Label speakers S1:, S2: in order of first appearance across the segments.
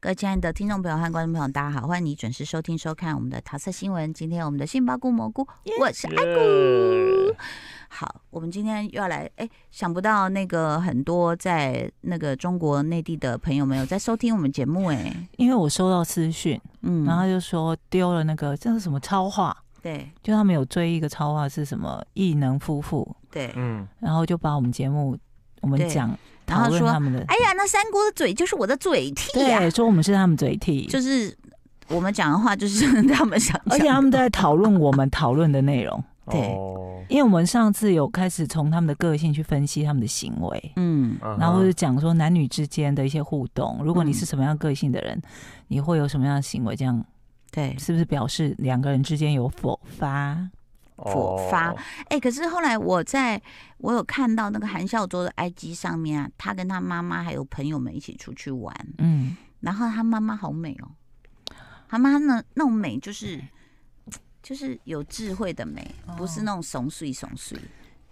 S1: 各位亲爱的听众朋友和观众朋友，大家好，欢迎你准时收听收看我们的桃色新闻。今天我们的杏鲍菇蘑菇，我是爱菇。好，我们今天又要来，哎，想不到那个很多在那个中国内地的朋友们有在收听我们节目， 哎，
S2: 因为我收到私讯，
S1: 嗯，
S2: 然后就说丢了那个这是什么超话，
S1: 对
S2: 就他们有追一个超话是什么异能夫妇，
S1: 对，
S3: 嗯，
S2: 然后就把我们节目我们
S1: 对
S2: 讲
S1: 然后
S2: 讨论
S1: 说
S2: 他们的，
S1: 哎呀，那三国的嘴就是我的嘴替呀、
S2: 对，说我们是他们嘴替，
S1: 就是我们讲的话就是 他们想
S2: 而且他
S1: 讲
S2: 们
S1: 的
S2: 都在讨论我们讨论的内容，
S1: 对
S3: 哦，
S2: 因为我们上次有开始从他们的个性去分析他们的行为。
S1: 嗯
S3: 嗯哼
S2: 然后就讲说男女之间的一些互动，如果你
S1: 嗯
S2: 是什么样个性的人，你会有什么样的行为？这样
S1: 对，
S2: 是不是表示两个人之间有否发？
S1: 佛发
S3: 哦
S1: 哎、可是后来我在我有看到那个韩孝周的 IG 上面啊，他跟他妈妈还有朋友们一起出去玩，
S2: 嗯，
S1: 然后他妈妈好美哦，他妈那那种美就是就是有智慧的美，
S3: 哦
S1: 不是那种怂碎怂碎，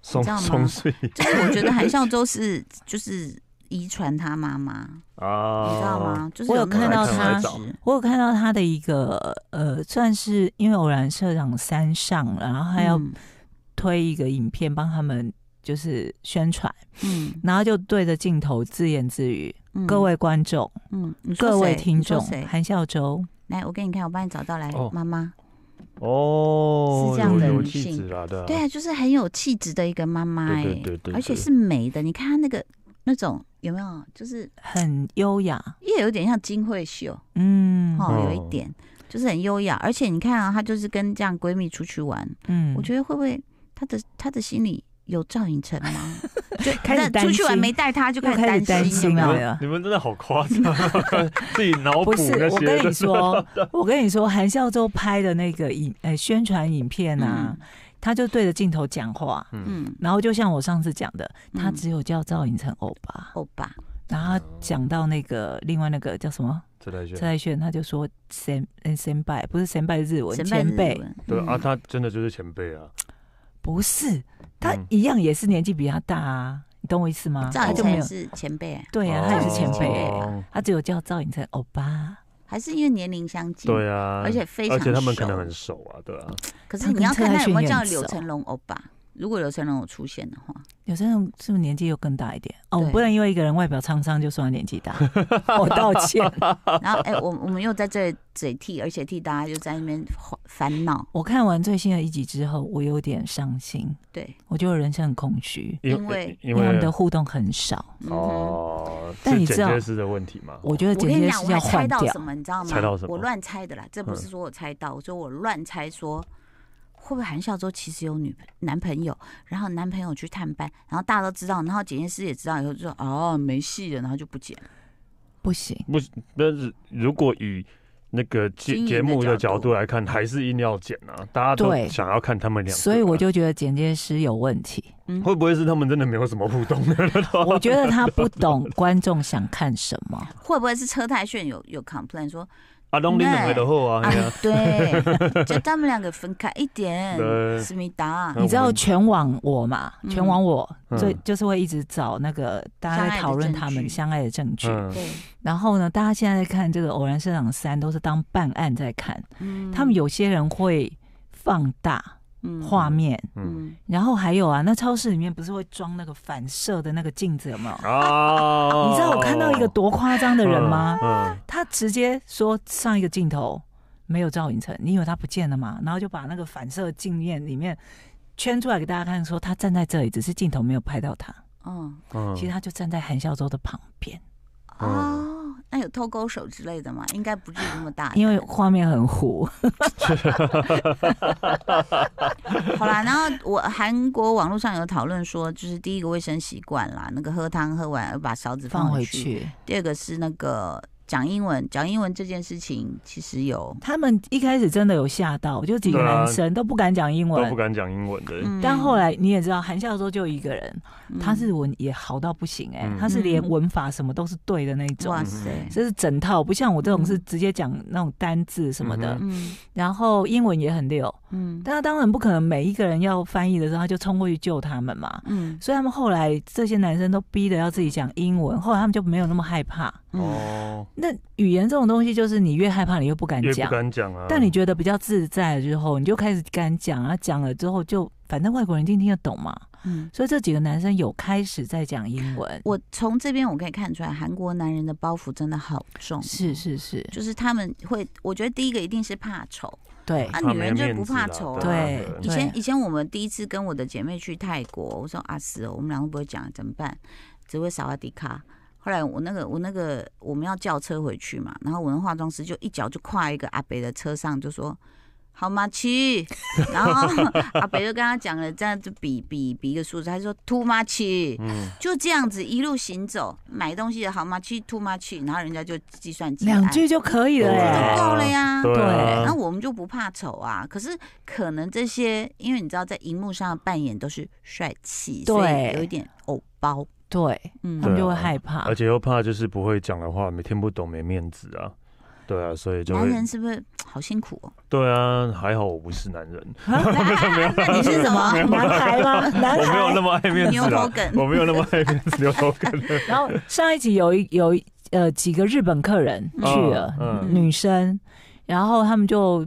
S3: 松
S1: 知道吗
S3: 松碎
S1: 就是我觉得韩孝周是就是遗传他妈妈，
S3: 啊，
S1: 你知道？吗？就是
S2: 哦我有
S1: 那
S2: 看
S1: 种
S2: 到
S1: 气
S2: 他
S1: 质
S2: 我有看到他的一个呃，算是因为偶然社长三上了，然后他要
S1: 嗯
S2: 推一个影片帮他们就是宣传，
S1: 嗯
S2: 然后就对着镜头自言自语：“
S1: 嗯
S2: 各位观众、
S1: 嗯，你说
S2: 各位
S1: 谁
S2: 听
S1: 你说
S2: 众，
S1: 谁
S2: 韩孝周，
S1: 来，我给你看，我帮你找到来
S3: 哦，
S1: 妈妈，
S3: 哦，
S1: 是这样的
S3: 有有
S1: 女
S3: 气
S1: 性
S3: 质啦，对啊
S1: 对啊，就是很有气质的一个妈妈哎
S3: 对对对对，对
S1: 而且是美的，你看她那个那种有没有，就是
S2: 很优雅。
S1: 也有点像金惠秀”
S2: 嗯，
S1: 哦，有一
S3: 哦
S1: 点就是很优雅，而且你看啊，她就是跟这样闺蜜出去玩，
S2: 嗯，
S1: 我觉得会不会她的她的心里有赵寅成 吗？
S2: 就开始
S1: 那
S2: 担
S1: 出
S2: 心
S1: 去玩没带她就
S2: 又开
S1: 担
S2: 始担
S1: 有
S2: 心
S1: 没有
S3: 你
S2: 了
S3: 们你们真的好夸张，啊 自己脑补
S2: 不是
S3: 那，
S2: 我
S3: 些
S2: 跟
S3: 的
S2: 你 说， 我跟你说，韩孝周拍的那个影呃宣传影片啊，他就对着镜头讲话，
S3: 嗯，
S1: 嗯，
S2: 然后就像我上次讲的，他
S1: 嗯
S2: 只有叫赵寅成欧巴。
S1: 欧巴，
S2: 然后他讲到那个另外那个叫什么
S3: 这来学
S2: 蔡泰炫，他就说先嗯先拜不是先拜日文
S1: 神拜
S2: 前辈
S1: 日，文
S3: 对啊，
S1: 嗯
S3: 他真的就是前辈啊，
S2: 不是他
S3: 嗯
S2: 一样也是年纪比他大啊，你懂我意思吗？
S1: 赵
S2: 他
S1: 寅
S2: 就没
S1: 成
S2: 有
S1: 是前辈啊，
S2: 对啊，他也是前辈
S1: 哦
S2: 欸，他只有叫赵寅成欧巴，
S1: 还是因为年龄相近？
S3: 对啊，
S1: 而且非常
S3: 而且他们可能
S1: 熟
S3: 很熟啊，对啊，
S1: 可是
S2: 他
S1: 你
S2: 跟
S1: 要
S2: 蔡
S1: 看
S2: 泰
S1: 他有
S2: 轩
S1: 没有
S2: 也
S1: 叫
S2: 很
S1: 柳
S2: 熟
S1: 成龙欧巴。如果柳成龙有出现的话，
S2: 有些人是不是年纪又更大一点？哦，
S1: 对
S2: 我不能因为一个人外表沧桑就说他年纪大，我道歉。
S1: 然后哎、我我们又在这里嘴替，而且替大家就在那边烦烦恼。
S2: 我看完最新的一集之后，我有点伤心，
S1: 对，
S2: 我觉得我人生很空虚，
S1: 因为
S3: 因
S2: 因为他
S3: 为
S2: 们的互动很少。
S1: 嗯哼，
S3: 哦，
S2: 但
S3: 是
S2: 你
S3: 剪
S2: 知道
S3: 接师的问题嘛，
S2: 我觉得
S1: 我
S2: 简
S1: 跟你
S2: 直
S1: 讲，
S2: 是
S1: 我
S2: 要
S1: 还猜
S2: 换
S1: 到
S2: 掉
S1: 什。么，你知道吗？
S3: 猜到什么嗯
S1: 我乱猜的啦，这不是说我猜到，我说我乱猜说。会不会韩孝周其实有女男朋友，然后男朋友去探班，然后大家都知道，然后检验师也知道，以后就说哦没戏了，然后就不剪了。
S2: 不行，
S3: 不是，但是如果以那个节
S1: 经营的
S3: 节目的
S1: 角
S3: 角
S1: 度
S3: 度来看，还是硬要剪啊，大家都
S2: 对
S3: 想要看他们两个啊，
S2: 所以我就觉得剪接师有问题。
S3: 会不会是他们真的没有什么 互动的？
S2: 我觉得他不 懂观众想看什么。
S1: 会不会是车太炫有有 complain 说
S3: 啊，拢你两个就好啊，
S1: 啊
S3: 嘿啊，
S1: 对， 叫他们两个分开一点，
S3: 对
S1: 思密达
S3: 那我。们
S2: 你知道全网我嘛？
S1: 嗯
S2: 全网我
S3: 嗯
S2: 最就是会一直找那个大家在讨论他们相爱的证据。
S3: 嗯，
S1: 对，
S2: 然后呢，大家现在在看这个《偶然社长三》，都是当办案在看。
S1: 嗯
S2: 他们有些人会放大画面，
S3: 嗯
S2: 然后还有啊，那超市里面不是会装那个反射的那个镜子有没有？
S3: 啊，
S2: 你知道我看到一个多夸张的人吗？
S3: 嗯，
S2: 他直接说上一个镜头没有赵寅成，你以为他不见了吗？然后就把那个反射镜面里面圈出来给大家看，说他站在这里，只是镜头没有拍到他，
S1: 嗯
S3: 嗯，
S2: 其实他就站在韩孝周的旁边，
S1: 嗯哦，那有偷勾手之类的吗？应该不至于那么大胆。
S2: 因为画面很糊。
S1: 好啦，然后我韩国网络上有讨论说，就是第一个卫生习惯啦，那个喝汤喝完要把勺子
S2: 放
S1: 回
S2: 回。去，
S1: 第二个是那个讲英文，讲英文这件事情其实有，
S2: 他们一开始真的有吓到，就几个
S3: 对啊
S2: 男生都不敢讲英
S3: 嗯都不
S2: 文。
S3: 敢讲英文的，
S1: 嗯
S2: 但后
S1: 来
S2: 来你也知道，韩孝周就一个人，
S1: 嗯
S2: 他日文也好到不行哎、
S3: 嗯
S2: 他是连文法什么都是对的那一种，
S1: 哇塞，
S2: 这是整套，不像我这种是
S1: 嗯
S2: 直接讲那种单字什么的
S3: 嗯。
S1: 嗯
S2: 然后英文也很溜，
S1: 嗯
S2: 但他当然不可能每一个人要翻译的时候他就冲过去救他们嘛，
S1: 嗯
S2: 所以他们后来这些男生都逼得要自己讲英文，后来他们就没有那么害怕，
S1: 嗯，
S3: 哦，
S2: 那语言这种东西，就是你越害怕，你越不敢
S3: 越
S2: 讲
S3: 不。敢讲啊。
S2: 但你觉得比较自在之后，你就开始敢讲啊，讲了之后就反正外国人一定听得懂嘛。
S1: 嗯，
S2: 所以这几个男生有开始在讲英文，
S1: 我从这边我可以看出来，韩国男人的包袱真的好重，
S2: 是，是是，
S1: 就是他们会，我觉得第一个一定是怕丑，
S2: 对
S1: 啊
S3: 怕
S1: 女
S3: 没
S1: 人就
S3: 面
S1: 不
S3: 子
S1: 怕
S3: 啦啊
S1: 丑
S2: 对
S1: 以
S2: 对
S1: 前以前我们第一次跟我的姐妹去泰国，我说啊死哦，我们两个不会讲，怎么办？只会萨瓦迪卡。后来我那个我那个我们要叫车回去嘛，然后我那化妆师就一脚就跨一个阿北的车上，就说。好嘛，去， 然后阿北就跟他讲了，这样子比比比一个数字，他就说 too much，
S3: 嗯，
S1: 就这样子一路行走，买东西的好嘛，去 too much，然后人家就计算机
S2: 两
S1: 按
S2: 句就可以了、
S3: 对
S1: 就
S2: 欸，
S1: 够了呀，
S3: 对
S2: 对
S1: 那
S3: 啊，
S1: 我们就不怕丑啊。可是可能这些，因为你知道，在荧幕上扮演都是帅气，所以
S2: 对
S1: 有一点偶包。
S2: 对，他
S1: 嗯
S2: 们就会害怕
S3: 啊而。且又怕就是不会讲的话，没听不懂，没面子啊。对啊，所以就
S1: 男
S3: 会
S1: 人是不是好辛苦 哦？
S3: 对啊，还好我不是男人，
S1: 那你是什 么？
S2: 男孩吗？男
S3: 我没有
S2: 孩
S3: 那。么爱面子
S1: 牛头
S3: 啦，
S1: 梗？
S3: 我没有那么爱面子，牛头梗。
S2: 然后上一集有一 有一呃几个日本客人去了，
S3: 嗯
S2: 女生，然后他们就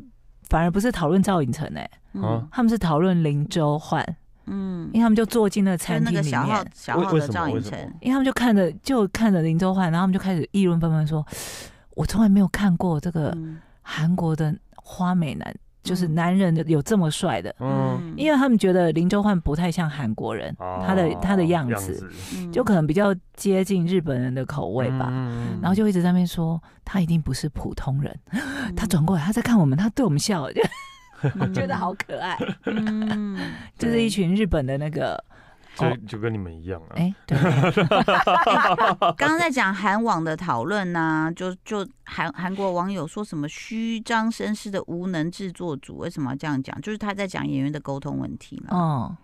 S2: 反而不是讨论赵寅成哎、
S1: 嗯
S3: 啊
S2: 他们是讨论林州焕，
S1: 嗯
S2: 因，为他们就坐进那个
S1: 就
S2: 餐
S1: 那
S2: 厅
S1: 个
S2: 里面，
S1: 小号小号
S3: 为为
S1: 的
S3: 什么
S1: 赵寅
S3: 为什
S1: 成，
S3: 么
S2: 因为他们就看着就看着林州焕，然后他们就开始议论纷纷说， 我从来没有看过这个
S1: 嗯
S2: 韩国的花美男，就是男人有这么帅的，
S3: 嗯，
S2: 因为他们觉得林州焕不太像韩国人，
S3: 啊
S2: 他的他的样
S3: 样
S2: 子。
S3: 子
S1: 嗯
S2: 就可能比较接近日本人的口味吧。
S3: 嗯
S2: 然后就一直在那边说他一定不是普通人，
S1: 嗯
S2: 他转过来他在看我们，他对我们笑， 就 觉得好，可爱。
S1: 嗯
S2: 就是一群日本的那个，
S3: 就就跟你们一样啊。
S2: 哎、对，
S1: 刚刚在讲韩网的讨论呐，就就韩韩国网友说什么虚张声势的无能制作组，为什么要这样讲？就是他在讲演员的沟通问题了。
S2: 嗯，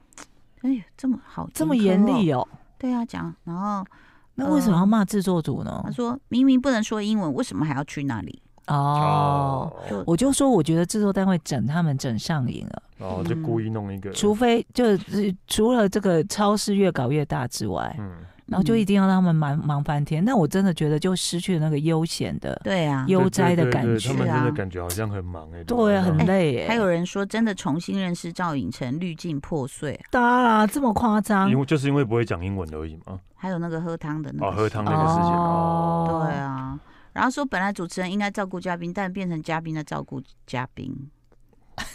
S1: 哎呀，这么好，
S2: 这么严
S1: 严
S2: 厉
S1: 苛哦。
S2: 哦、
S1: 对啊，讲，然后
S2: 那为什
S1: 嗯
S2: 么要骂制作组呢
S1: 他？说明明不能说英文，为什么还要去那里？
S2: 哦，
S1: 就
S2: 我就说我觉得制作单位整他们整上瘾了，
S3: 哦，就故意弄一个，
S2: 除非就是除了这个超市越搞越大之外，
S3: 嗯，
S2: 然后就一定要让他们忙忙翻天。但我真的觉得就失去了那个悠闲的，
S1: 对啊。
S2: 悠哉的
S3: 对对
S2: 感
S3: 对
S2: 觉
S3: 他们真
S1: 是啊
S3: 的感觉好像很忙哎，
S2: 对，
S3: 吧
S2: 啊很
S1: 哎
S2: 累耶。
S1: 还有人说，真的重新认识赵寅成，滤镜破碎。啊
S2: 搭啦，这么夸张
S3: 因？为就是因为不会讲英文而已嘛。
S1: 还有那个喝汤的那
S3: 哦，
S1: 个
S3: 喝汤那个事情
S2: 嗯哦
S3: 哦，
S1: 对啊，然后说本来主持人应该照顾嘉宾，但变成嘉宾在照顾嘉宾，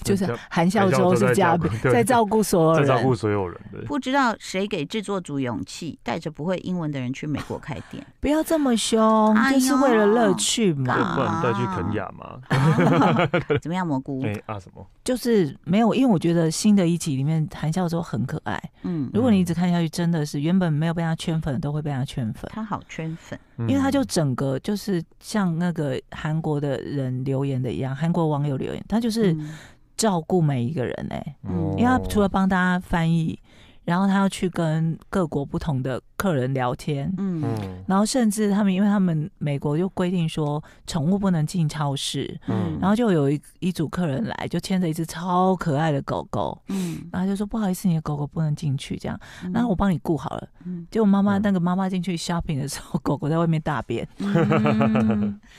S2: 就是韩孝周是嘉宾
S3: 韩孝，哎周在照顾对
S2: 在照顾所有
S3: 在照顾
S2: 人。
S3: 所有人的，
S1: 不知道谁给制作组勇气，带着不会英文的人去美国开店。
S2: 不要这么凶，
S1: 哎呦
S2: 就是为了乐趣
S3: 对
S1: 干
S2: 嘛
S3: 不
S1: 嘛。
S3: 然带去肯雅嘛？
S1: 哦怎么样，蘑菇？
S3: 哎啊什么？
S2: 就是没有，因为我觉得新的一集里面韩孝周很可爱。
S1: 嗯，
S2: 如果你一直看下去，真的是原本没有被他圈粉，都会被他圈粉，
S1: 他好圈粉。
S3: 因
S2: 因为他就整个就是像那个韩国的人留言的一样，韩国网友留言，他就是
S1: 嗯
S2: 照顾每一个人哎、
S1: 嗯
S3: 哦
S2: 因为他除了帮大家翻译，然后他要去跟各国不同的客人聊天，
S1: 嗯
S3: 嗯
S2: 然后甚至他们，因为他们美国就规定说宠物不能进超市，
S3: 嗯
S2: 然后就有一一组客人来，就牵着一只超可爱的狗狗，
S1: 嗯，
S2: 然后就说不好意思，你的狗狗不能进去这样，
S1: 嗯
S2: 那我帮你顾好了。
S1: 嗯
S2: 结果妈妈
S3: 嗯
S2: 那个妈妈进去 shopping 的时候，狗狗在外面大便，
S1: 嗯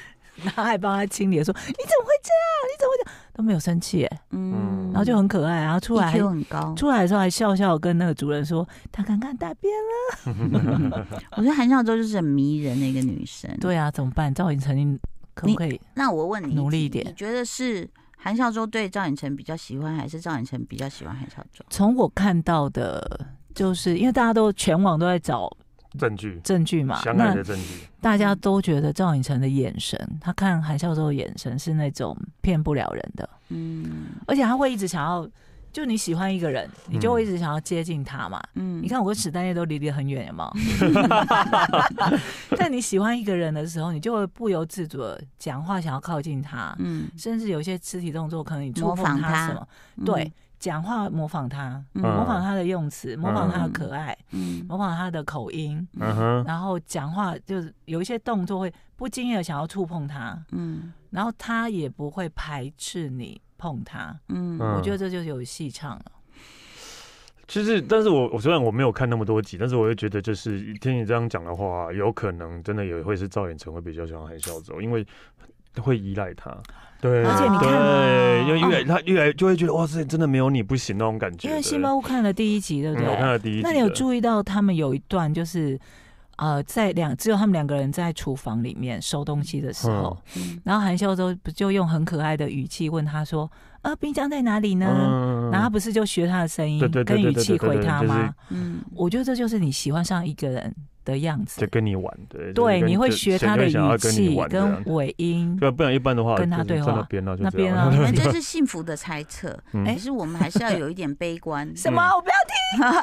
S2: 然后还帮他清理，说你怎么会这样？你怎么会这样？都没有生气耶，
S1: 嗯
S2: 然后就很可爱，然后出来还
S1: EQ 很高。
S2: 出来的时候还笑笑跟那个主人说他刚刚大便了。
S1: 我觉得韩孝周就是很迷人的一个女生。，
S2: 对啊，怎么办？赵寅成，你可不可以？
S1: 那我问你题，
S2: 努力一点
S1: 你觉得是韩孝周对赵寅成比较喜欢，还是赵寅成比较喜欢韩孝周？
S2: 从我看到的，就是因为大家都全网都在找
S3: 证据，
S2: 证据嘛，
S3: 相爱
S2: 那
S3: 的证据，
S2: 大
S1: 嗯
S2: 家都觉得赵寅成的眼神，他看韩孝周的眼神是那种骗不了人的，
S1: 嗯
S2: 而且他会一直想要，就你喜欢一个人，你就
S3: 嗯
S2: 会一直想要接近他嘛。
S1: 嗯
S2: 你看我跟史丹利都离得很远，有没有？ 但你喜欢一个人的时候，你就会不由自主的讲话，想要靠近他，
S1: 嗯，
S2: 甚至有一些肢体动作，可能你触
S1: 模
S2: 碰
S1: 仿他
S2: 什么，对，讲话模仿他，
S1: 嗯，
S2: 模
S1: 嗯
S2: 仿他的用词，模仿他的可爱，
S1: 嗯
S2: 模仿他的口音，
S3: 嗯哼，
S2: 然后讲话就是有一些动作会不经意的想要触碰他，
S1: 嗯
S2: 然后他也不会排斥你碰他。
S1: 嗯
S3: 嗯
S2: 我觉得这就是有戏唱了。
S3: 其实，但是我我虽然我没有看那么多集，但是我会觉得，就是听你这样讲的话，有可能真的也会是赵寅成会比较喜欢韩孝周，因为会依赖他。对，
S1: 而且你看
S2: 嘛
S3: 对，因为
S2: 嗯
S3: 越来他越来就会觉得哇塞，真的没有你不行那种感觉。
S2: 因为
S3: 对
S2: 新猫屋看了第一集，对不
S3: 嗯
S2: 对？
S3: 我看了第一集的，
S2: 那你有注意到他们有一段就是，呃，在两只有他们两个人在厨房里面收东西的时候，
S1: 嗯
S2: 然后韩孝周不就用很可爱的语气问他说：“呃，冰箱在哪里呢？”
S3: 嗯
S2: 然后他不是就学他的声音
S3: 对对对
S2: 跟语
S3: 对对
S2: 气
S3: 对对
S2: 回
S3: 对
S2: 他
S3: 就是
S2: 吗？
S1: 嗯，
S2: 我觉得这就是你喜欢上一个人的样
S3: 就
S2: 子，
S3: 跟你玩，对
S2: 对，你会学他的语气
S3: 跟
S2: 跟
S3: 对，啊
S2: 尾音。
S3: 不然一般的话
S2: 跟他
S3: 就是
S2: 对话
S3: 在那边呢，就
S2: 那
S3: 这样
S2: 边啊
S1: 我 们这是幸福的猜测，
S3: 嗯
S1: 可是我们还是要有一点悲观。
S2: 什么？我不要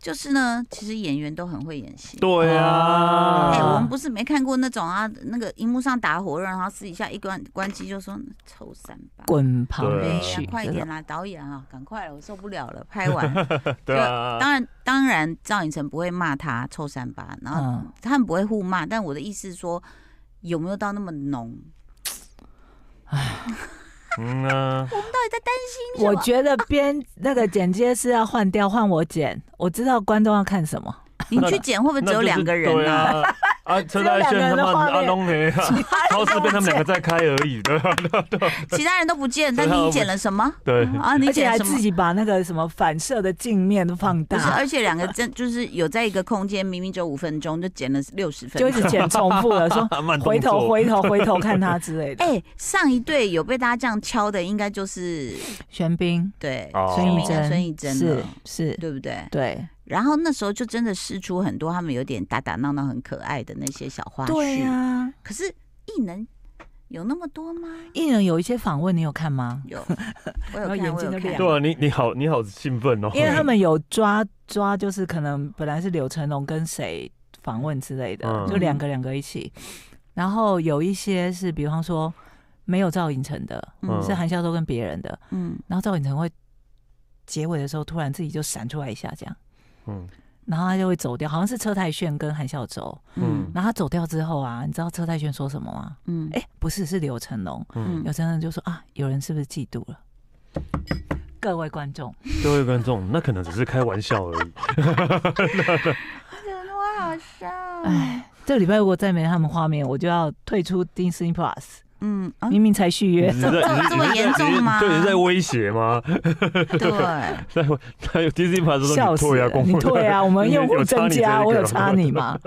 S1: 就是呢，其实演员都很会演戏。
S3: 对
S2: 啊
S3: 啊，
S1: 哎、我们不是没看过那种啊，那个荧幕上打火热，然后私底下一关关机就说臭三八，
S2: 滚旁
S3: 对
S2: 边
S3: 啊
S1: 对呀
S2: 去，，
S1: 快
S2: 真的
S1: 点啦，导演啊，赶快了，我受不了了，拍完。
S2: 哎
S3: 对啊，
S1: 当然，当然，赵寅成不会骂他臭三八，然后
S2: 嗯，
S1: 他们不会互骂，但我的意思是说，有没有到那么 浓？
S3: 嗯啊，
S2: 我觉得编那个剪接是要换掉，换我剪。我知道观众要看什么，
S1: 你去剪会不会只有两个人
S3: 对
S1: 啊？
S3: 啊， 啊，
S2: 只
S3: 陈
S2: 有
S3: 大
S2: 两
S3: 轩
S2: 个人
S3: 他
S2: 的
S3: 们
S2: 画面
S3: 阿东尼啊， 超市被他们两个在开而已，对吧？
S1: 其他人都不 见，但
S3: 其他人
S1: 你
S3: 都不
S1: 剪了什么？
S3: 对，
S1: 啊，你
S2: 而且
S1: 剪
S2: 还
S1: 什么
S2: 自？己把那个什么反射的镜面都放
S1: 不是，
S2: 大，
S1: 而且两个真 就是有在一个空间，明明只有五分钟，就剪了六十分啊
S2: 就
S1: 钟
S2: 一。直剪重复了， 说
S3: 慢动
S2: 回头
S3: 作
S2: 回头 回头看他之类的。
S1: 哎、上一对有被大家这样敲的，应该就是
S2: 玄彬、
S1: 对
S3: 哦
S2: 孙艺
S1: 明跟
S2: 珍、
S1: 孙艺珍
S2: 是
S1: 了，
S2: 是，
S1: 对不对？
S2: 对
S1: 然后那时候就真的试出很多他们有点打打闹闹、很可爱的那些小花絮。
S2: 对啊。
S1: 可是艺能有那么多吗？
S2: 艺人有一些访问，你有看吗？
S1: 有， 我有
S2: 然后眼
S1: 看，我
S2: 睛
S1: 有
S2: 都
S1: 看
S2: 亮。
S3: 对啊，你你好你好兴奋哦，
S2: 因为他们有抓抓，就是可能本来是柳成龙跟谁访问之类的，
S3: 嗯
S2: 就两个两个一起。然后有一些是，比方说没有赵寅成的，
S1: 嗯
S2: 是韩孝周跟别人的。
S1: 嗯，
S2: 然后赵寅成会结尾的时候突然自己就闪出来一下，这样，
S3: 嗯
S2: 然后他就会走掉，好像是车太铉跟韩孝周。
S1: 嗯
S2: 然后他走掉之后啊，你知道车太铉说什么吗？
S1: 嗯，
S2: 哎、不是，是柳成龙。
S3: 嗯，
S2: 柳成龙就说啊，有人是不是嫉妒了？各位观众，
S3: 各位观众，那可能只是开玩笑而已，
S1: 哎真的我好笑。
S2: 哎，这礼拜如果再没他们画面，我就要退出 Disney Plus。
S1: 嗯，啊
S2: 明明才续
S3: 你
S2: 约，
S3: 是在你是
S1: 这么
S3: 你是
S1: 严重
S3: 你是
S1: 吗
S3: 对，你是在威胁吗？
S1: 对。
S3: 在他有 DC 牌说
S2: 笑
S3: 你
S2: 死
S3: 退啊，
S2: 了！
S3: 公
S2: 你
S3: 布
S2: 退啊，我们用户
S3: 有差
S2: 增
S3: 你
S2: 加，
S3: 这一
S2: 我有
S3: 个
S2: 差你吗？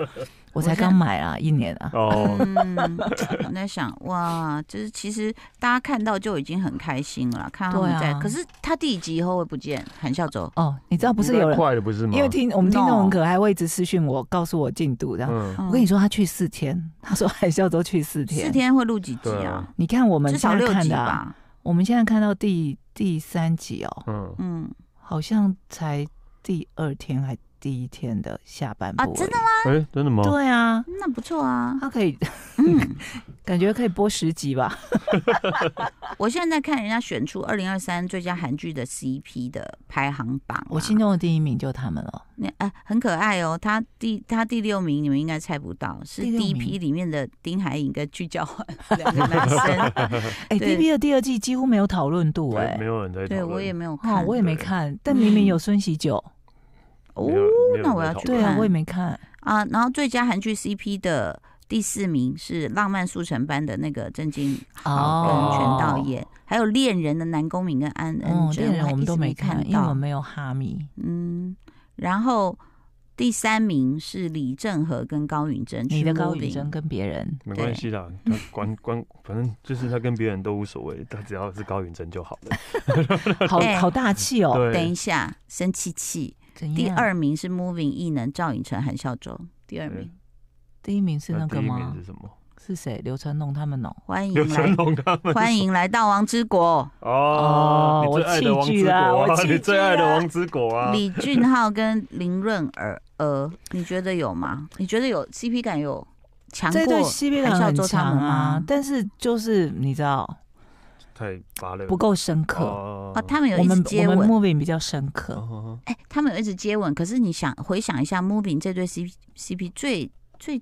S2: 我才刚买啊，一年 啊。
S3: 哦，
S1: 嗯，我在想，哇，就是其实大家看到就已经很开心了啦，看到他们
S2: 对
S1: 在。
S2: 啊
S1: 可是他第几集以后会不见？韩孝周，
S2: 哦，你知道不是有人，
S3: 快的不是吗？
S2: 因为听我们听众
S1: No
S2: 很可爱，会一直私讯我，告诉我进度这样。
S3: 嗯，
S2: 我跟你
S1: 说，
S2: 说，他去四天， 他说海啸都去四天。
S1: 四，天会录几集
S3: 对
S1: 啊
S3: 啊？
S2: 你看我们
S1: 至少
S2: 现在
S1: 六
S2: 看
S1: 集
S2: 的啊，
S1: 吧。
S2: 我们现在看到第第三集哦，
S3: 嗯，
S1: 嗯，
S2: 好像才第二天还第一天的下半部
S1: 啊
S2: 而已。
S1: 真的
S3: 哎，真的吗？
S2: 对啊，
S1: 那不错啊。 嗯
S2: 他可以，感觉可以播十集吧？
S1: 我现在在看人家选出二零二三最佳韩剧的 CP 的排行榜啊、
S2: 我心中的第一名就他们了。
S1: 那哎、很可爱哦。他第他第六名，你们应该猜不到，是
S2: 第六
S1: 第一
S2: 名
S1: 批里面的丁海寅跟具教 焕两个男生。
S2: 哎
S1: 对
S2: ，T V 的第二季几乎没有讨论度
S3: 没
S2: 哎
S3: 没，有人在讨
S1: 对
S3: 论
S1: 我也没有
S2: 哦
S1: 看，，
S2: 我也没
S3: 对
S2: 看，但明明有孙喜九，
S1: 哦
S3: 没有人没有，人
S1: 那我
S3: 在
S1: 要
S3: 讨
S1: 去
S3: 论
S2: 对
S1: 看
S2: 啊，我也没看。
S1: 啊，然后最佳韩剧 CP 的第四名是《浪漫速成班》的那个郑敬豪
S2: 哦
S1: 跟全道彦，还有《恋人》的南宫珉跟安恩
S2: 哦，
S1: 珍，
S2: 恋人我们都
S1: 没
S2: 没看，因为我
S1: 到
S2: 们。没有哈迷。
S1: 嗯，然后第三名是李正和跟高允贞，
S2: 你的高
S1: 允
S2: 允贞跟 别人，
S3: 没关系啦，他管管，反正就是他跟别人都无所谓，他只要是高允贞就好了。
S2: 好
S1: 哎
S2: 好大气哦。
S3: 对，
S1: 等一下，生气气。
S2: 怎
S1: 第
S2: 样
S1: 二名是 Moving 异能赵寅成、韩孝周。第二名，
S2: 第一名是那
S1: 呃
S3: 第
S2: 个
S3: 一名
S2: 吗
S3: 是？什么？
S2: 是谁？刘成龙他们哦。
S1: 欢
S3: 有
S1: 迎
S3: 成
S1: 来，
S3: 龙他 们
S1: 欢迎来到王之国。
S2: 哦
S3: 哦，你
S2: 我
S3: 最爱的王之
S2: 弃剧
S3: 国
S2: 啦我
S3: 啊，
S2: 弃剧
S3: 你最爱的
S2: 啦
S3: 王之国啊，
S1: 李俊昊跟林润儿，呃，你觉得有吗？你觉得有 CP 感有强
S2: 这对
S1: 过？
S2: CP
S1: 还
S2: 感
S1: 是要
S2: 很
S1: 做他
S2: 强
S1: 们
S2: 啊
S1: 吗，
S2: 但是就是你知道
S3: 太拔了，
S2: 不够深刻。
S3: 哦
S1: 哦，他们有
S2: 我
S1: 一直
S2: 们
S1: 接
S2: 我
S1: 吻，
S2: 们 moving 比较深刻，
S3: 哦
S1: 哎，他们有一直接吻。可是你想回想一下，Moving 这对 CP CP 最最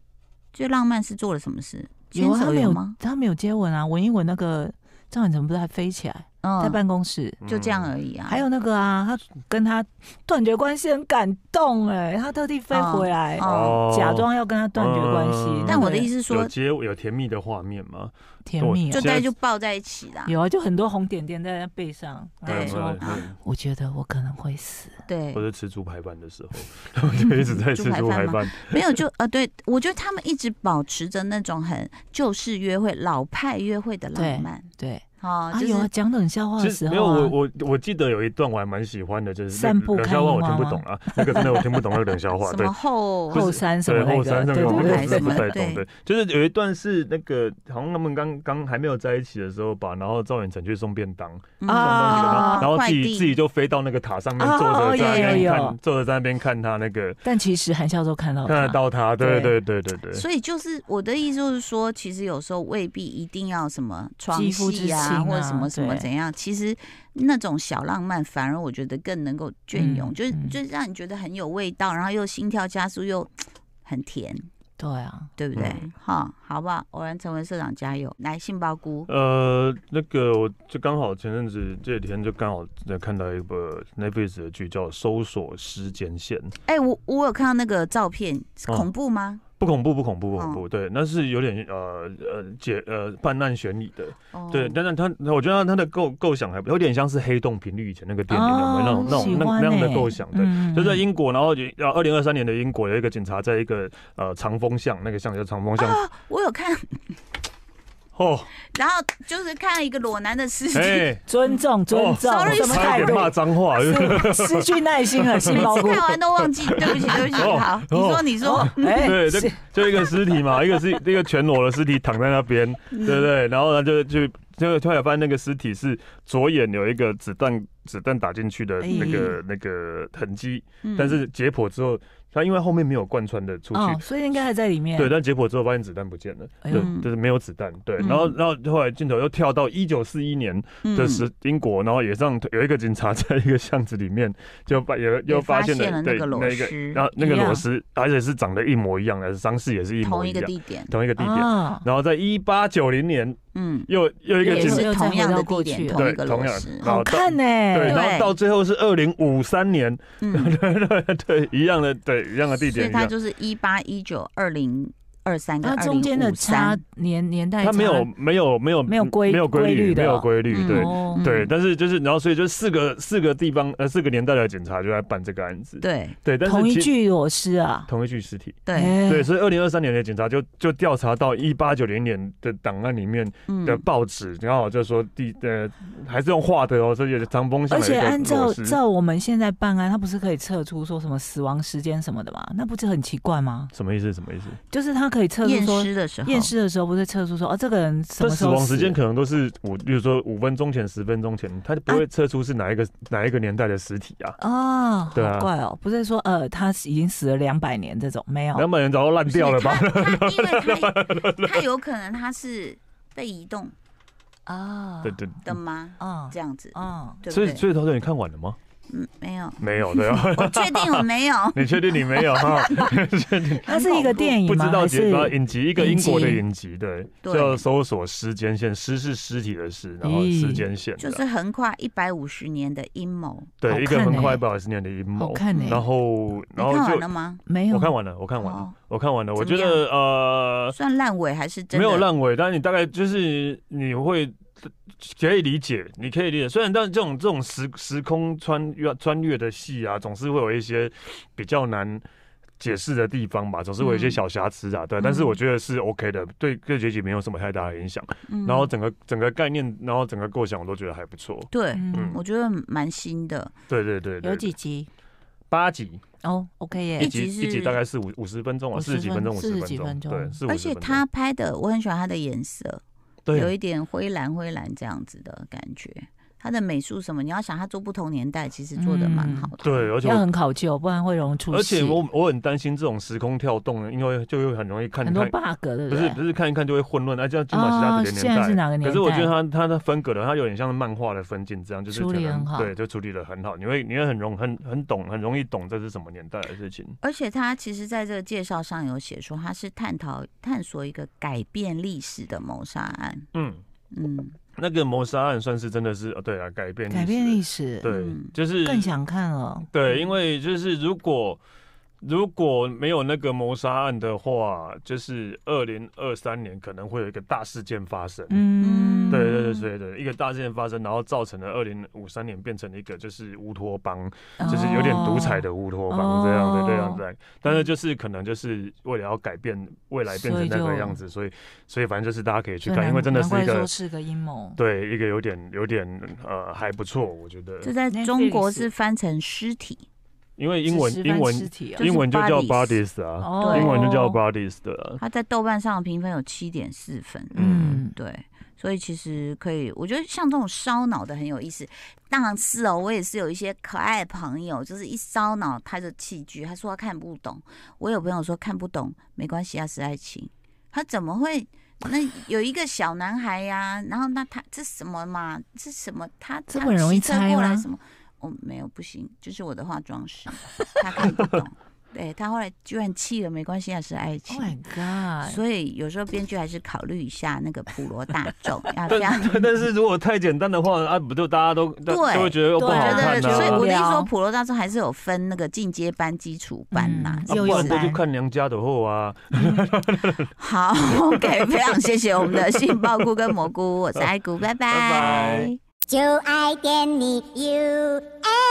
S1: 最浪漫是做了什么事？牵
S2: 啊他
S1: 手
S2: 们
S1: 有
S2: 有
S1: 吗？
S2: 他们有接吻啊，吻一吻那个赵远成不是还飞起来？在
S1: 嗯，
S2: 办公室。
S1: 就这样
S3: 嗯
S1: 而已啊。
S2: 还有那个啊，他跟他断绝关系很感动哎、他特地飞回来，
S1: 哦哦
S2: 假装要跟他断绝关系。
S3: 嗯
S1: 但我的意思
S2: 思，
S1: 是
S3: 有
S1: 说，
S3: 接有甜蜜的画面吗？
S2: 甜蜜、
S1: 就
S2: 啊
S3: 对、
S1: 大家就抱在一起啦。
S2: 有啊，就很多红点点在他背上，然后
S1: 对
S2: 说
S3: 对对
S2: 我觉得我可能会死。
S1: 对
S3: 或，者吃猪排饭的时候，他们就一直在吃猪排
S1: 猪排饭
S3: 饭。
S1: 没有就呃，对我觉得他们一直保持着那种很旧式约会、老派约会的浪漫
S2: 对，
S1: 哦，
S2: 啊
S1: 就
S2: 有啊，
S1: 是
S2: 讲冷笑话
S3: 其
S2: 的
S3: 实
S2: 时
S3: 没有我
S2: 候啊，
S3: 我我记得有一段我还蛮喜欢的，就是
S2: 散步
S3: 冷
S2: 看
S3: 笑话
S2: 樱
S3: 我听
S2: 花
S3: 不
S2: 吗
S3: 懂啊，那个真的我听不懂那个冷笑 话。
S1: 什
S3: 哦对
S1: 么，后
S3: 不是
S2: 后山什么
S3: 对
S2: 那
S3: 后
S2: 个，
S3: 山上
S2: 对
S3: 面
S1: 个
S3: 我
S2: 对
S1: 猪排
S3: 真的
S2: 对
S1: 什
S3: 不
S1: 么
S3: 太
S1: 对
S3: 懂，对，就是有一段是那个好像他们刚刚还没有在一起的时候，把然后赵远成去送便当，
S1: 嗯
S3: 送东西
S2: 啊
S3: 了吗
S1: 哦
S3: 然后
S1: 快
S3: 自己
S1: 递
S3: 自己就飞到那个塔上面
S2: 哦
S3: 坐着
S2: 哦
S3: 在那
S2: 有有
S3: 边
S2: 有
S3: 看，坐着在那边看他那个
S2: 但其实韩孝周看到
S3: 看得
S2: 他，
S3: 到他，对
S2: 对
S3: 对对对对，
S1: 所以就是我的意思就是说，其实有时候未必一定要什么床
S2: 肌肤之
S1: 戏
S2: 亲
S1: 啊，
S2: 啊
S1: 或者什么什么
S2: 对
S1: 怎样，其实那种小浪漫反而我觉得更能够隽永，
S2: 嗯
S1: 就是
S2: 嗯
S1: 就是让你觉得很有味道，然后又心跳加速又很甜，
S2: 对啊，
S1: 对不对
S3: 嗯？
S1: 哈、好不好？偶然成为社长，加油！来，杏鲍菇，
S3: 呃，那个我就刚好前阵子这几天就刚好在看到一个 Netflix 的剧叫《搜索时间线》，
S1: 哎、我我有看到那个照片，是
S3: 哦
S1: 恐怖吗？
S3: 不恐怖，不恐怖，不恐
S2: 嗯
S3: 怖，对，那是有点呃呃解呃办案悬疑的，
S1: 哦
S3: 对，但是他我觉得他的构构想还不有点像是黑洞频率以前那个电影有没有那种那
S2: 喜
S3: 种那
S2: 欢
S3: 那样的
S2: 欸
S3: 构想，对。
S2: 嗯
S3: 就在英国，然后呃，二零二三年的英国有一个警察在一个呃长风巷，那个巷叫长风巷，
S2: 啊
S1: 我有看，
S3: 哦，
S1: 然后就是看一个裸男的尸体。
S3: 哎，
S2: 尊重尊重，
S1: 哦
S2: 什么
S3: 差
S2: 态
S3: 一点
S2: 度？
S3: 骂脏 话，就是
S2: 是失去耐心了，
S1: 每
S2: 杏 鲍
S1: 次
S2: 菇。
S1: 看完都忘记，对不起，对不起。
S3: 哦
S1: 好，你说，
S3: 哦
S1: 你说，
S2: 哎
S3: 对，就是就一个尸体嘛，一个是一个全裸的尸体躺在那边，
S1: 嗯
S3: 对不对？然后呢，就就就突然发现那个尸体是左眼有一个子弹子弹打进去的那个、那个痕迹，
S1: 嗯
S3: 但是解剖之后，它因为后面没有贯穿的出去。
S2: 哦，所以应该还在里面。
S3: 对，但解剖之后发现子弹不见了，
S2: 哎
S1: 呦
S3: 对，就是没有子弹。对，
S1: 嗯
S3: 然后，然后后来镜头又跳到一九四一年的
S1: 嗯
S3: 时英国，然后也上有一个警察在一个巷子里面就发有
S1: 也
S3: 又
S1: 发
S3: 发现
S1: 现了
S3: 了
S1: 那
S3: 对
S1: 个裸
S3: 那一个
S1: 尸
S3: 然后那个
S2: 一样
S3: 裸尸，而且是长得一模一样的，伤势也是一模
S1: 同
S3: 一
S1: 一个
S3: 样，
S1: 地点，
S3: 同一个地点。
S2: 啊，
S3: 然后在一八九零年
S1: 嗯，
S3: 又又一个
S1: 也
S3: 警
S2: 警察
S1: 是同样的地
S2: 又
S1: 点，
S2: 再
S1: 同一
S3: 对
S2: 回到过去
S1: 个
S3: 同
S1: 螺
S3: 样啊
S1: 丝，
S3: 然
S2: 好
S3: 后到
S2: 看呢。
S3: 对，然
S1: 对
S3: 后到最后是二零五三年，
S1: 嗯，
S3: 对，一样的对一样的地
S1: 所以
S3: 点，一
S1: 它
S3: 样
S1: 就是一八、一九、二零、二三跟
S2: 那
S1: 二
S2: 中间的
S1: 零五
S2: 差
S1: 三，
S2: 年年代差，
S3: 它没有没有没有
S2: 没有规
S3: 没有规
S2: 规律
S3: 律
S2: 的
S3: 没有规律，
S1: 嗯
S3: 对
S2: 哦
S3: 对，
S1: 嗯
S3: 但是就是然后所以就四个四个地方呃四个年代的警察就在办这个案子，
S1: 对
S3: 对，但是
S2: 同一
S3: 其
S2: 具裸尸啊。
S3: 同一具尸体，
S1: 对，
S2: 哎
S3: 对，，所以二零二三年的警察就就调查到一八九零年的档案里面
S1: 嗯
S3: 的报纸，然后就说第呃还是用画的哦，这也是长风像
S2: 而
S3: 的一
S2: 且
S3: 个
S2: 按照
S3: 裸尸
S2: 照我们现在办案，他不是可以测出说什么死亡时间什么的吗？那不是很奇怪吗？
S3: 什么意思？什么意思？
S2: 就是他可以测出
S1: 验
S2: 说
S1: 尸的时候，
S2: 验尸的时候，不是测出说哦，这个人什
S3: 这
S2: 么时
S3: 死
S2: 候
S3: 亡时
S2: 死
S3: 间可能都是五，比如说五分钟前、十分钟前，他就不会测出是哪一个、哪一个年代的尸体啊。
S2: 哦，
S3: 对啊
S2: 好怪哦，不是说呃他已经死了两百年这种没有
S3: 两百年早就烂
S1: 不是
S3: 掉了吧？
S1: 它它因为 它它有可能它是被移动
S2: 啊
S3: 对对，
S1: 的吗？
S2: 啊
S1: 这样子，
S2: 啊，
S1: 对不
S3: 所以
S1: 对？
S3: 所以头头你看完了吗？
S1: 嗯，没有，
S3: 没有，对啊。
S1: 我确定我没有。
S3: 你确定你没有哈？
S2: 那是一个电影
S3: 不知
S2: 吗？
S3: 道
S2: 还
S3: 结
S2: 是
S3: 果影集一个英国的
S2: 影
S3: 影集，对，
S1: 对
S3: 叫搜索尸间线，尸是尸体的尸，然后
S2: 咦
S3: 尸间线
S1: 就
S3: 的，
S1: 是横跨一百五十年的阴谋，
S2: 好
S3: 对，一个
S2: 看
S3: 很
S2: 欸
S3: 快一百二十年的阴
S2: 好
S3: 谋。
S2: 看呢、欸
S3: 然后
S1: 你
S3: 然
S1: 看
S3: 后
S1: 完
S3: 就
S1: 了吗？
S2: 没有，
S3: 我看完了，我看完了
S1: 哦，
S3: 我看完了，我
S1: 怎
S3: 觉
S1: 么
S3: 得呃
S1: 算烂尾还是真
S3: 没
S1: 的？
S3: 有烂尾，但是你大概就是你会可以理解，你可以理解。虽然但这种这种时时空穿越穿越的戏啊，总是会有一些比较难解释的地方吧，总是会有一些
S1: 嗯
S3: 小瑕疵啊。对，
S1: 嗯
S3: 但是我觉得是 OK 的，对对结局没有什么太大的影响。
S1: 嗯，
S3: 然后整个整个概念，然后整个构想，我都觉得还不错。
S1: 对，
S2: 嗯
S1: 我觉得蛮新的，
S3: 对对对对，
S2: 有几集
S3: 八集，
S2: 哦，OK
S1: 一
S3: 一
S2: 耶，
S1: 集
S3: 集
S1: 是
S3: 一集大概是五五十分钟啊，
S2: 50
S3: 四十几分钟，五
S2: 分
S3: 十
S2: 40几分
S3: 分
S2: 钟
S3: 钟，对，四五
S1: 而
S3: 十
S1: 且
S3: 分钟
S1: 他拍的我很喜欢他的颜色，有
S3: 对
S1: 一点灰蓝灰蓝这样子的感觉。他的美术什么，你要想他做不同年代，其实做的蛮好的。
S3: 对，哦而且
S2: 要
S3: 我
S2: 很考究，不然会容易出
S3: 而
S2: 戏
S3: 且我我很担心这种时空跳动，因为就会很容易看
S2: 很多
S3: 看，
S2: bug，对
S3: 不
S2: 不
S3: 是
S2: 对？
S3: 不是看一看就会混乱。哎、这样金马其他
S2: 哦
S3: 的年
S2: 现在
S3: 代，
S2: 是哪个年代
S3: 可是我觉得它它的分隔的，它有点像漫画的分镜这样，就是
S2: 处理
S3: 可能
S2: 很好
S3: 对，就处理的很好。你会你会很容很很懂，很容易懂这是什么年代的事情。
S1: 而且他其实在这个介绍上有写说，他是探讨探索一个改变历史的谋杀案。
S3: 嗯，
S1: 嗯，
S3: 那个谋杀案算是真的是，呃对啊，改变
S2: 改变历
S3: 史
S2: 史，
S3: 的，对
S1: 嗯，
S3: 就是
S2: 更想看了。
S3: 对，因为就是如果如果没有那个谋杀案的话，就是二零二三年可能会有一个大事件发生。
S2: 嗯，
S3: 对对对对对，一个大事件发生，然后造成了二零五三年变成了一个就是乌托邦，就是有点独
S1: 哦
S3: 裁的乌托邦这样
S2: 哦
S3: 子这样子。但是就是可能就是为了要改变未来变成那
S2: 所以
S3: 个
S2: 就
S3: 样子，所以所以反正就是大家可以去
S2: 所以
S3: 看，因为
S2: 难
S3: 真的
S2: 难
S3: 是一
S2: 怪
S3: 个
S2: 说是个阴谋。
S3: 对一个有点有点呃还不错，我觉得，
S1: 这在
S2: Netflix
S1: 中国是翻成尸体，
S3: 因为英文
S2: 是十
S3: 英
S2: 分
S3: 文
S2: 尸体啊
S1: 就是
S3: 英文就叫
S1: bodies
S3: bodies 啊，
S2: 哦
S1: 对
S3: 英文就叫 bodies 的啊、
S1: 它在豆瓣上的评分有七点四分。
S2: 嗯，
S1: 对，所以其实可以，我觉得像这种烧脑的很有意思。当然是哦，我也是有一些可爱的朋友，就是一烧脑他就弃剧，他说他看不懂。我有朋友说看不懂没关系，啊，是爱情。他怎么会？那有一个小男孩呀、然后那他这什么嘛？这什么？他
S2: 这
S1: 他
S2: 很容易
S1: 骑车
S2: 猜
S1: 过来
S2: 吗
S1: 什么？哦，没有，不行，就是我的化妆师，他看不 懂。对他后来居然气了，没关系，啊，是爱情。
S2: Oh my god！
S1: 所以有时候编剧还是考虑一下那个普罗大 众，要这样。
S3: 但但是如果太简单的话，啊，不就大家都都
S1: 对
S3: 都会觉得又不
S1: 我
S3: 好
S1: 觉
S3: 看
S1: 得，
S3: 呐、
S1: 所以
S3: 啊
S1: 我？的意
S2: 无
S1: 思
S2: 聊
S1: 说，普罗大众还是有分那个进阶班、基础班啦。
S2: 嗯
S1: 啊是
S2: 又
S1: 不
S3: 啊不
S2: 有
S3: 然
S1: 是
S3: 都去
S2: 班
S3: 看娘家的后啊，
S1: 好，OK，非常谢谢我们的杏鲍菇跟蘑菇，我是爱菇，拜
S3: 拜
S1: 拜
S3: 拜。
S4: 就爱点你 UFO。